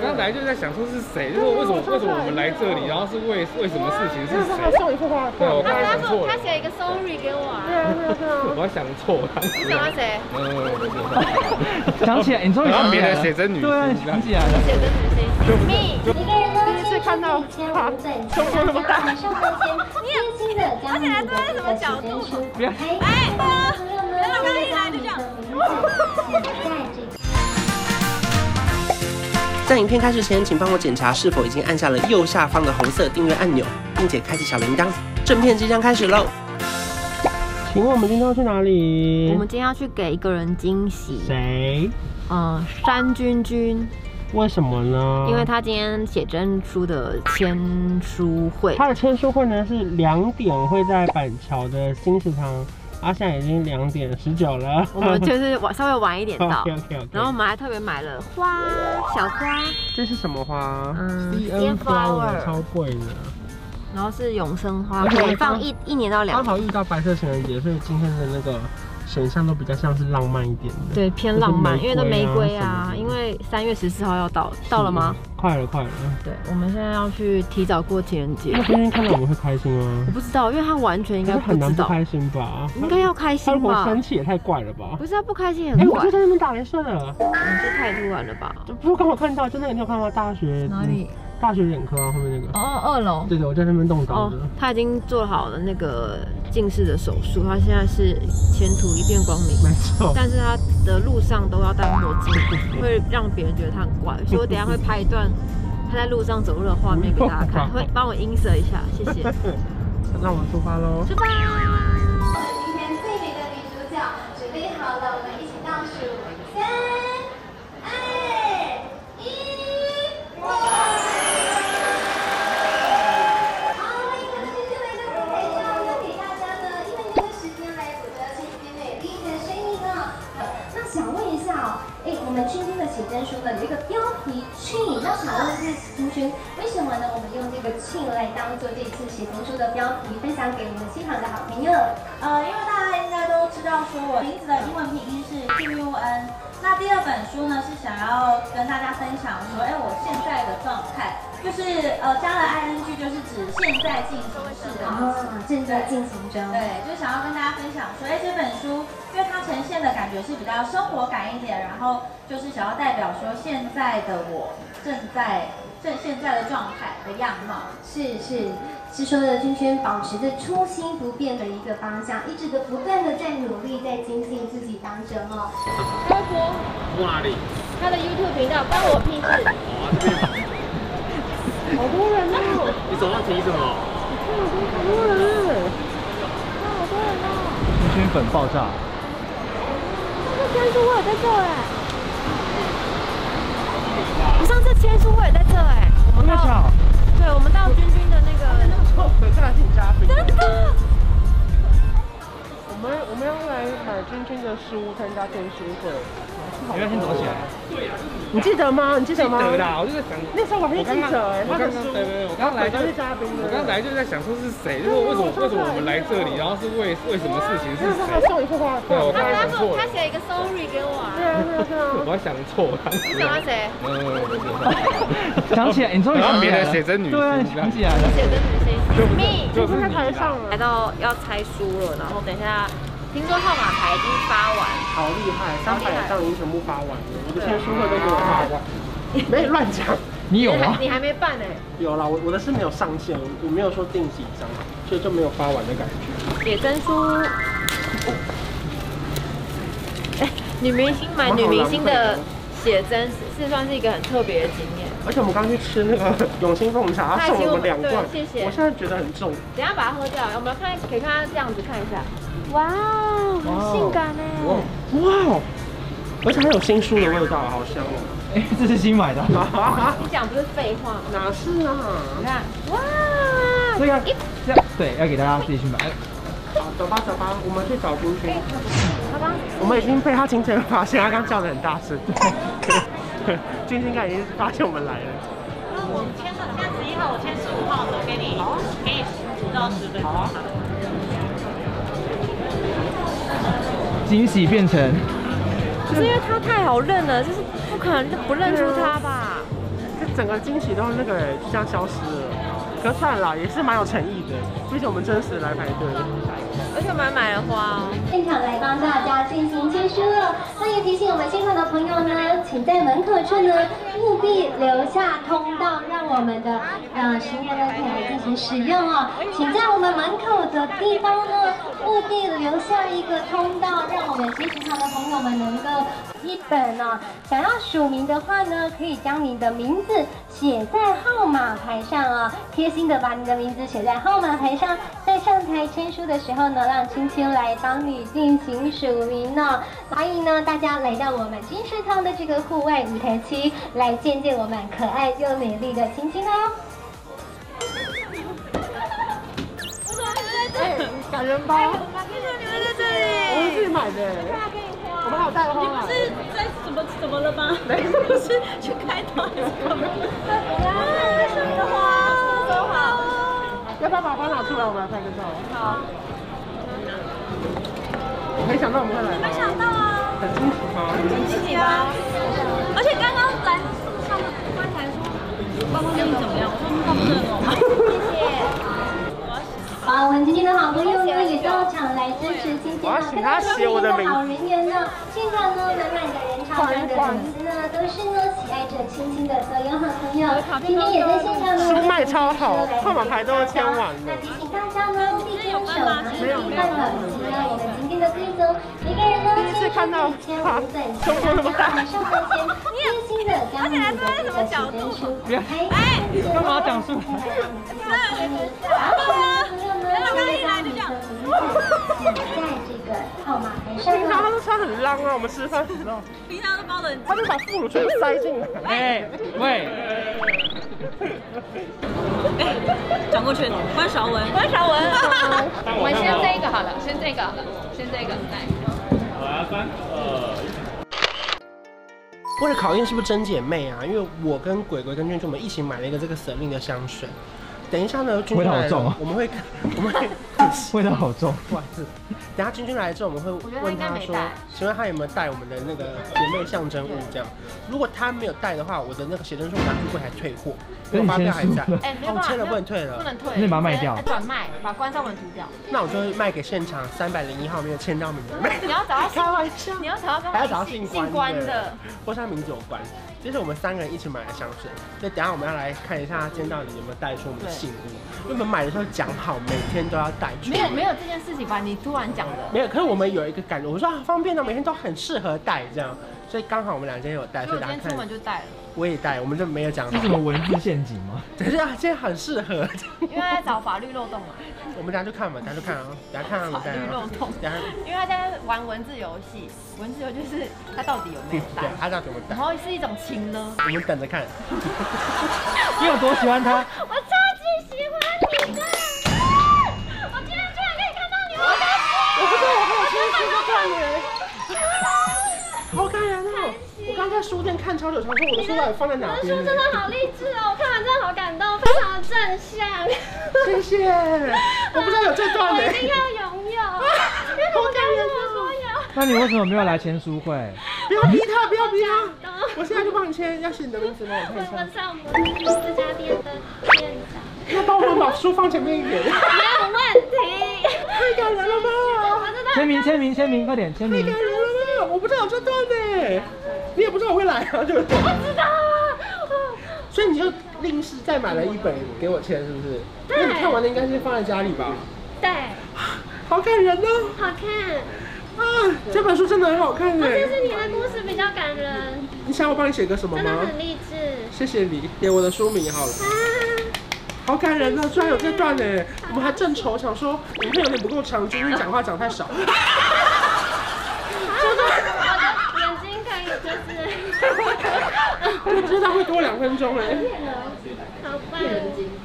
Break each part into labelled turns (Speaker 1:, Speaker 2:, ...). Speaker 1: 来就在想说是谁，就是为什么为什么啊我们来这里，然后是为为什么事情是
Speaker 2: 就是他还
Speaker 1: 谁？
Speaker 2: 送一幅画，
Speaker 1: 对我
Speaker 2: 我
Speaker 1: 刚才
Speaker 2: 刚才
Speaker 3: 他
Speaker 1: 想错
Speaker 3: 说
Speaker 1: 了
Speaker 3: 他，写一个 sorry 给我啊
Speaker 2: 对，啊对啊对啊，
Speaker 1: 我想错了。
Speaker 3: 你想到谁？
Speaker 1: 嗯，不知道
Speaker 4: 想
Speaker 3: 哦
Speaker 4: 起来，你终于
Speaker 1: 然后
Speaker 4: 想起
Speaker 1: 别
Speaker 4: 来
Speaker 1: 人
Speaker 4: 了
Speaker 1: 写真女
Speaker 4: 对啊，你
Speaker 1: 星
Speaker 4: 想起来了。
Speaker 3: 写真女星，me。
Speaker 2: 第一次看到哇，胸部那么大，
Speaker 3: 你也，而且还坐在什么角度？
Speaker 4: 不要，
Speaker 3: 哎，人家刚一来就这样。
Speaker 5: 在影片开始前，请帮我检查是否已经按下了右下方的红色订阅按钮，并且开启小铃铛。正片即将开始喽！请问我们今天要去哪里？
Speaker 3: 我们今天要去给一个人惊喜，
Speaker 5: 谁？
Speaker 3: 嗯，山君君，
Speaker 5: 为什么呢？
Speaker 3: 因为他今天写真书的签书 会，
Speaker 5: 他的签书会呢是两点会在板桥的新食堂，啊，现在已经两点十九了。
Speaker 3: 我们就是晚稍微晚一点 到
Speaker 5: OK，OK，OK，。
Speaker 3: 然后我们还特别买了花，小花，
Speaker 5: 这是什么花？
Speaker 3: 嗯
Speaker 5: C
Speaker 3: ，CN
Speaker 5: N
Speaker 3: flower
Speaker 5: flower 超贵的，
Speaker 3: 然后是永生花，
Speaker 5: 而且
Speaker 3: 可以
Speaker 5: 它
Speaker 3: 放一一年到两
Speaker 5: 刚
Speaker 3: 年，
Speaker 5: 好遇到白色情人节，所以今天的那个选项都比较像是浪漫一点的。
Speaker 3: 对，偏浪漫，
Speaker 5: 就是
Speaker 3: 因为都玫瑰
Speaker 5: 什么
Speaker 3: 啊，
Speaker 5: 的
Speaker 3: 因为三月十四号要到，到了吗？
Speaker 5: 嗯快了，快了。
Speaker 3: 对，我们现在要去提早过情人节
Speaker 5: 那，今天看到我们会开心吗
Speaker 3: 我？不知道，因为他完全应
Speaker 5: 嗯可
Speaker 3: 该
Speaker 5: 是
Speaker 3: 嗯不
Speaker 5: 很难
Speaker 3: 知
Speaker 5: 不
Speaker 3: 道，
Speaker 5: 开心吧？
Speaker 3: 应该要开
Speaker 5: 他如
Speaker 3: 心
Speaker 5: 果
Speaker 3: 吧？
Speaker 5: 生气也太怪了吧？
Speaker 3: 不是他不开心也
Speaker 5: 哎、
Speaker 3: 很嗯
Speaker 5: 我
Speaker 3: 怪，
Speaker 5: 就
Speaker 3: 这
Speaker 5: 在那边打雷射了，
Speaker 3: 太突然了吧？
Speaker 5: 啊就不是刚好看到，真的你有看到大学嗯
Speaker 3: 哪里？
Speaker 5: 大学眼科啊，后面那个。
Speaker 3: 哦，二楼。
Speaker 5: 对对，我在那边动刀
Speaker 3: 哦
Speaker 5: 的。，
Speaker 3: 他已经做好了那个近视的手术，他现在是前途一片光明。
Speaker 5: 没错，
Speaker 3: 但是他的路上都要戴墨 镜，会让别人觉得他很怪。所以我等一下会拍一段他在路上走路的画面给大家 看，会帮我音色一下，谢谢。
Speaker 5: 那我们出发喽！
Speaker 3: 出发！
Speaker 6: 今天最美的女主角，准备好了，我们一起倒数三、二、一，哇！好，那一个最最美的舞台上，要给大家呢一分钟的时间来捕捉君君美丽的身影啊。那想问一下哦，哎，我们君君的写真书呢有一个标题“庆”，那想问一下君君，为什么呢？我们用这个“庆”来当做这次写真书的标题，分享给我们现场的好朋友。
Speaker 7: 呃，因为大家应该都知道，说我名字的英文拼音是 Q U N。那第二本书呢，是想要跟大家分享说，哎，我现在的状态，就是呃，加了 I N G，就是指现在进行式的意思。
Speaker 6: 啊，正在进行中。
Speaker 7: 对，就想要跟大家分享说，哎，这本书，因为它呈现的感觉是比较生活感一点，然后就是想要代表说现在的我正在正现在的状态的样貌。
Speaker 6: 是是，是说的君君保持着初心不变的一个方向，一直的不断的在努力，在精进自己当中哦。
Speaker 3: 开播
Speaker 1: 哪里？
Speaker 3: 他的 YouTube 频道，关我屁事！
Speaker 2: 好多人哦，
Speaker 1: 你手上提什么？
Speaker 2: 好多人。
Speaker 4: 一圈粉爆炸。
Speaker 3: 我上次签书会也在这哎、我们到，对，我们到君君的那个，真的，
Speaker 2: 我们我们要来买君君的书，参加签书会。
Speaker 4: 你要先走起来。
Speaker 2: 你记得吗？你记得吗？
Speaker 1: 得啦，我就在想。
Speaker 2: 那时候我还是记者哎，
Speaker 1: 我刚
Speaker 2: 他的
Speaker 1: 刚
Speaker 2: 书，
Speaker 1: 对对对，我刚来就
Speaker 2: 他是嘉宾的
Speaker 1: 我刚来就在想说是谁，就是为什么为什么我们来这里，然后是为为什么事情是
Speaker 2: 那时候还
Speaker 1: 谁？
Speaker 2: 送一幅画，
Speaker 1: 对我
Speaker 3: 他
Speaker 1: 刚才想
Speaker 3: 他
Speaker 1: 错
Speaker 3: 说他
Speaker 1: 了，
Speaker 3: 写一个 sorry 给我啊，
Speaker 2: 对啊对啊对啊。
Speaker 1: 我想错 了。
Speaker 3: 你想到谁？
Speaker 1: 嗯，
Speaker 4: 想起来，你终于
Speaker 1: 然后
Speaker 4: 想起
Speaker 1: 别
Speaker 4: 来
Speaker 1: 人
Speaker 4: 了。
Speaker 1: 写真女星，
Speaker 4: 对啊，你想起来了。
Speaker 3: 写真女星，me。
Speaker 2: 就是在台上
Speaker 3: 来
Speaker 2: 了，
Speaker 3: 到要拆书了，然后等一下，听说号码牌已经发完，
Speaker 5: 好厉害，三百以上已经全部发完了，我的签书会都给我发完。
Speaker 2: 没乱讲。
Speaker 4: 你有
Speaker 3: 你还
Speaker 4: 吗？
Speaker 3: 你还没办呢，
Speaker 5: 有啦，我我的是没有上线，我我没有说订几张，所以就没有发完的感觉。
Speaker 3: 写真书。哎女明星买女明星的写真是是算是一个很特别的经验。
Speaker 5: 哦而且我们刚去吃那个永兴凤茶，他
Speaker 3: 他还
Speaker 5: 送
Speaker 3: 请
Speaker 5: 我
Speaker 3: 我
Speaker 5: 们
Speaker 3: 们
Speaker 5: 两罐，
Speaker 3: 对谢谢
Speaker 5: 我现在觉得很重。
Speaker 3: 等一下把它喝掉，我们看可以看它这样子看一下，哇哦，很性感呢。
Speaker 5: 哇哦！而且还有新书的味道，好香哦！
Speaker 4: 哎，这是 新买的。
Speaker 3: 你讲不是废话吗？
Speaker 5: 哪是啊？
Speaker 3: 你看，
Speaker 4: 这
Speaker 3: 哇，
Speaker 4: 个这样对，要给大家自己去买。哎
Speaker 5: 好，走吧走吧，我们去找君君。
Speaker 3: 好吧，
Speaker 5: 我们已经被他经纪人发现，他刚叫的很大声。君君应该已经发现我们来了。
Speaker 8: 我签了，下次一号我签十五号的时候给你，给你五到十分钟。
Speaker 4: 惊喜变成
Speaker 3: 是因为它太好认了，就是不可能不认出它吧？
Speaker 5: 这整个惊喜都那个哎，就这样消失了。可算了啦，也是蛮有诚意的，毕竟我们真实来排队。
Speaker 4: 而且我们还买了花哦。
Speaker 6: 现场来帮大家进行签书了。那也提醒我们现场的朋友呢，请在门口处呢务必留下通道，让我们的呃食物呢可以来进行使用哦。请在我们门口的地方呢务必留下一个通道，让我们进食堂的朋友们能够一本哦。想要署名的话呢，可以将你的名字写在号码牌上哦，贴心的把你的名字写在号码牌上，在上台签书的时候呢，让青青来帮你进行署名呢、欢迎呢大家来到我们金石堂的这个户外舞台区，来见见我们可爱又美丽的青青哦。
Speaker 5: 哎、感人吧？
Speaker 7: 听说你们在这
Speaker 5: 我们自
Speaker 7: 里，
Speaker 5: 己买的、哎我们还有带花、
Speaker 7: 你不是在怎么怎么了 吗？不是去开刀还是干 嘛？啊哇，这是你的花，多好！
Speaker 5: 要不要把花拿出来，我们来拍个照？好。没想到我们会来，
Speaker 7: 没想到啊，
Speaker 5: 很惊喜吗？
Speaker 7: 自己吗？而且刚刚来路上的观察说，办公室怎么样？我说办公室很好吗？
Speaker 6: 好，我们今天的好朋友呢也到场来支持青青
Speaker 5: 我要
Speaker 6: 啊，
Speaker 5: 请
Speaker 6: 跟
Speaker 5: 他
Speaker 6: 大家
Speaker 5: 写我的名字
Speaker 6: 好人缘呢，现场呢满满的人潮，满满的粉丝呢都是呢喜爱着青青的所有好朋友。今天也在现场呢，
Speaker 5: 书卖超好号码牌都签完了
Speaker 6: 那提醒大家呢，务必遵守行业规范了，以及呢我们今天的规则，每个人呢
Speaker 5: 第一次看到
Speaker 6: 签
Speaker 5: 他
Speaker 6: 五本
Speaker 5: 胸部那么大
Speaker 6: 上上面签，贴心的 将你的这个写真书，哎，
Speaker 9: 干嘛讲述
Speaker 6: 啊
Speaker 5: 平常他
Speaker 6: 好
Speaker 5: 都穿很浪啊，我们吃饭很浪，
Speaker 7: 平常都包的
Speaker 5: 他就把副乳全部塞进来。
Speaker 9: 哎，喂，
Speaker 7: 转过去，关韶文，关韶文，
Speaker 3: 我们先这个好了，先这个好了，先这个来。
Speaker 9: 啊
Speaker 1: 为了考验是不是真姐妹啊，因为我跟鬼鬼跟君君我们一起买了一个这个舍令的香水。等一下呢，君君
Speaker 9: 味道
Speaker 1: 来
Speaker 9: 好
Speaker 1: 了
Speaker 9: 重哦
Speaker 1: 我 们会我们会，
Speaker 9: 味道好重。
Speaker 1: 不好意思，等一下君君来了之后，我们会
Speaker 4: 觉得他
Speaker 1: 问
Speaker 4: 应该
Speaker 1: 他
Speaker 4: 没
Speaker 1: 说
Speaker 4: 带，
Speaker 1: 请问他有没有带我们的那个姐妹象征物这样？如果他没有带的话，我的那个写真书拿去柜台退货，因为我发票还在
Speaker 9: 那你签书了。
Speaker 3: 哎，没
Speaker 1: 哦
Speaker 3: 有办法，
Speaker 1: 签了不能
Speaker 3: 没有
Speaker 1: 退了
Speaker 3: 不能退，
Speaker 9: 那你把它卖掉
Speaker 3: 哎转卖，把关上文涂掉。
Speaker 1: 那我就会卖给现场三百零一号没有签到名的妹
Speaker 3: 你要找到姓
Speaker 1: 开玩笑，
Speaker 3: 你要找到跟
Speaker 1: 还要
Speaker 3: 他
Speaker 1: 找到
Speaker 3: 们
Speaker 1: 姓
Speaker 3: 姓
Speaker 1: 姓
Speaker 3: 姓
Speaker 1: 关的
Speaker 3: 关的，
Speaker 1: 或是他名字有关。这是我们三个人一起买的香水，所以等一下我们要来看一下，今天到底有没有带出我们的信物。因为我们买的时候讲好，每天都要带出。
Speaker 3: 没有没有这件事情吧？你突然讲的，
Speaker 1: 没有，可是我们有一个感觉，我说啊方便的，每天都很适合带这样，所以刚好我们俩今天有带，
Speaker 3: 因
Speaker 1: 所
Speaker 3: 为我
Speaker 1: 以大
Speaker 3: 今
Speaker 1: 家
Speaker 3: 天出
Speaker 1: 看
Speaker 3: 门就带了，
Speaker 1: 我也带，我们就没有讲
Speaker 9: 是
Speaker 1: 好
Speaker 9: 什。么文字陷阱吗？
Speaker 1: 等一下，
Speaker 5: 啊
Speaker 1: 今天很适 合，
Speaker 3: 因为他在找法律漏洞嘛，
Speaker 1: 我们等一下就看嘛，等一下就看啊，等一下看啊，我们带
Speaker 3: 法律
Speaker 1: 啊
Speaker 3: 漏洞，
Speaker 1: 等一下
Speaker 3: 因为他在玩文字游戏，文字游戏就是他到底有没有带
Speaker 1: 对，，他到底有没有带
Speaker 3: 然？后是一种情呢。
Speaker 1: 我们等着看。
Speaker 9: 你有多喜欢他？
Speaker 6: 我超级喜欢你的，我今天居然可以看到你，我的
Speaker 5: 我不知道我还有亲戚在看耶，好感
Speaker 6: 啊
Speaker 5: 人哦！
Speaker 1: 我刚刚在书店看超久，想说我的书到底放在哪边？
Speaker 6: 书真的好励志哦，我看完真的好感动，非常的正向。
Speaker 1: 谢 谢，我不知道有这段
Speaker 6: 我
Speaker 1: 呢
Speaker 6: 一。定要拥有， 因为我感觉我所有。
Speaker 9: 那你为什么没有来签书会？
Speaker 1: 不要逼他，不要逼他。我现在就帮你签，要写你的名字吗？我看一
Speaker 6: 我
Speaker 1: 下。
Speaker 6: 在我们这家店的店长，
Speaker 1: 要帮我们把书放前面一点。
Speaker 6: 没有问题。太感人了吧！我真的
Speaker 9: 签名，签名，签名，快点签名！
Speaker 1: 感人了吧？我不知道有这段呢。你也不知道我会来啊，对不对？
Speaker 6: 不知道啊。
Speaker 1: 所以你就另是再买了一本给我签，是不是？那你看完的应该是放在家里吧？
Speaker 6: 对，
Speaker 1: 好感人哦！
Speaker 6: 好看。
Speaker 1: 啊，这本书真的很好看呢。
Speaker 6: 但是你的故事比较感人，
Speaker 1: 你想我帮你写个什么
Speaker 6: 真的
Speaker 1: 吗？
Speaker 6: 很励志。
Speaker 1: 谢谢你给我的书名好了。
Speaker 6: 啊，
Speaker 1: 好感人啊！居然有这段呢，我们还正愁想说影片有点不够长，君君讲话讲太少。
Speaker 6: 我的眼睛可以就是，
Speaker 1: 我觉得会多两分钟哎。
Speaker 6: 好棒。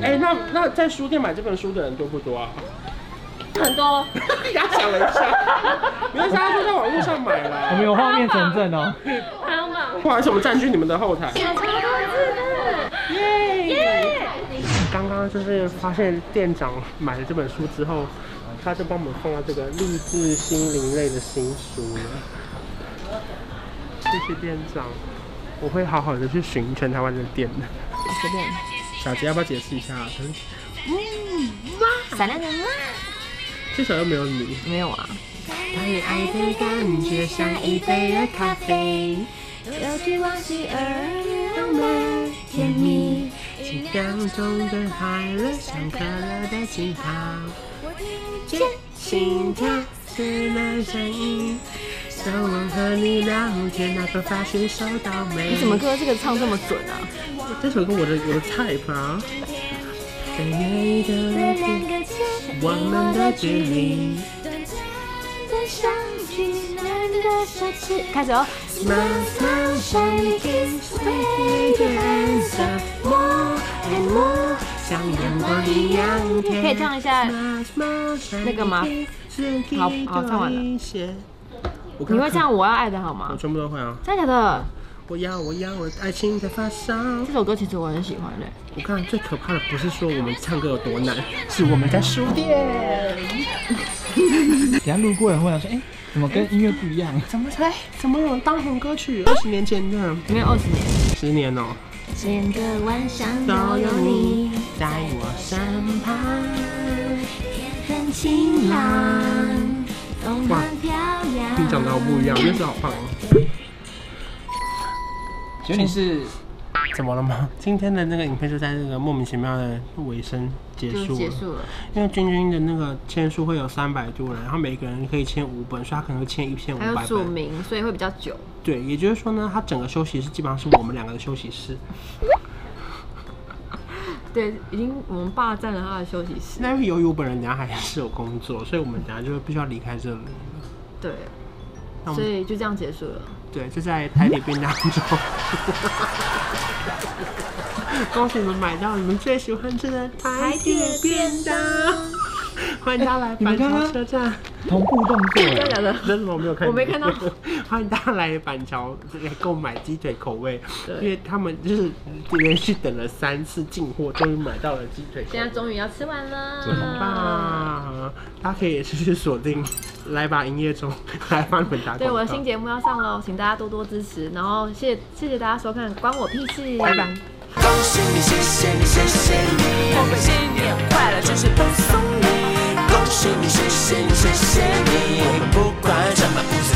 Speaker 1: 哎、那那在书店买这本书的人多不多啊？
Speaker 3: 很多，
Speaker 1: 大家想了一下， 没关系，大家都在网络上买
Speaker 9: 我们
Speaker 1: 啦。
Speaker 9: 有画面存证哦。
Speaker 6: 还有吗？
Speaker 1: 不好意思，我们占据你们的后台。
Speaker 6: 小超字的，耶！
Speaker 1: 刚刚就是发现店长买了这本书之后，他就帮我们放到这个励志心灵类的新书了。谢谢店长，我会好好的去寻全台湾的店的。
Speaker 3: 词典。
Speaker 5: 小杰要不要解释一下？可是
Speaker 1: 嗯
Speaker 3: 闪亮的哇，
Speaker 5: 这首又没有你，
Speaker 3: 没有啊，
Speaker 5: 爱爱的感觉像一杯热咖啡，有去往事而多么甜蜜，清凉中的快乐像可乐的浸泡，这心跳是那声音，想我和你聊天，那个发现收到没？
Speaker 3: 你怎么歌这个唱这么准啊？
Speaker 5: 这首歌我的我的 type 啊。最美的那天，我们的距离。
Speaker 3: 开始哦，
Speaker 5: 马上身体会变色，more and more，像阳光一样
Speaker 3: 可以
Speaker 5: 甜。
Speaker 3: 唱一下，
Speaker 5: 那
Speaker 3: 那个吗？好好唱完了
Speaker 5: 了。我
Speaker 3: 你
Speaker 5: 刚刚
Speaker 3: 会唱《我要爱的好吗
Speaker 5: 我》？全部都会啊！
Speaker 3: 真的假的？
Speaker 5: 我要，我要，我的爱情在发烧。
Speaker 3: 这首歌其实我很喜欢的、
Speaker 5: 我刚才最可怕的不是说我们唱歌有多难，是我们在输电。
Speaker 4: 等一下路过人会想说，哎、怎么跟音乐不一样？
Speaker 5: 怎么才？怎么有当红歌曲？二十年前的，
Speaker 3: 没有二十年，
Speaker 5: 十年哦、
Speaker 6: 整个晚上
Speaker 5: 都有你在我身旁。
Speaker 6: 很晴朗，风
Speaker 5: 哇
Speaker 6: 飘扬
Speaker 5: 你讲的好不一样，真是好棒哦！
Speaker 4: 觉得你是
Speaker 5: 怎么了吗？今天的那个影片就在这个莫名其妙的尾声结
Speaker 3: 就
Speaker 5: 束
Speaker 3: 结
Speaker 5: 了。
Speaker 3: 束了。
Speaker 5: 因为君君的那个签书会有三百多人，然后每个人可以签五本，所以他可能会签一千五
Speaker 3: 还有
Speaker 5: 百
Speaker 3: 署
Speaker 5: 本。
Speaker 3: 名，所以会比较久。
Speaker 5: 对，也就是说呢，他整个休息室基本上是我们两个的休息室。
Speaker 3: 对，已经我们霸占了他的休息室。
Speaker 5: 但是由于我本人等一下还是有工作，所以我们等一下就必须要离开这里。
Speaker 3: 对，
Speaker 5: 那我
Speaker 3: 所
Speaker 5: 们
Speaker 3: 以就这样结束了。
Speaker 5: 对，就在台铁便当中。恭喜你们买到你们最喜欢吃的台铁便当，欢迎大家
Speaker 3: 哎
Speaker 5: 来
Speaker 4: 你
Speaker 5: 板
Speaker 4: 们刚
Speaker 5: 桥
Speaker 4: 刚
Speaker 5: 车站。
Speaker 4: 同步动作
Speaker 3: 真的
Speaker 4: 哎，
Speaker 3: 假的？
Speaker 5: 真的吗我没有看，
Speaker 3: 我没看到。
Speaker 5: 欢迎大家来板桥来购买鸡腿口味，
Speaker 3: 对
Speaker 5: 因为他们就是连续等了三次进货，终于买到了鸡腿口味。
Speaker 3: 现在终于要吃完
Speaker 5: 很
Speaker 3: 了。
Speaker 5: 棒，大家可以也是去锁定来吧营业中来帮你们打广告。
Speaker 3: 对，我的新节目要上喽，请大家多多支持。然后谢谢谢大家收看，关我屁事，拜拜。
Speaker 10: 恭喜你，谢谢你，谢谢你，我们不管什么不是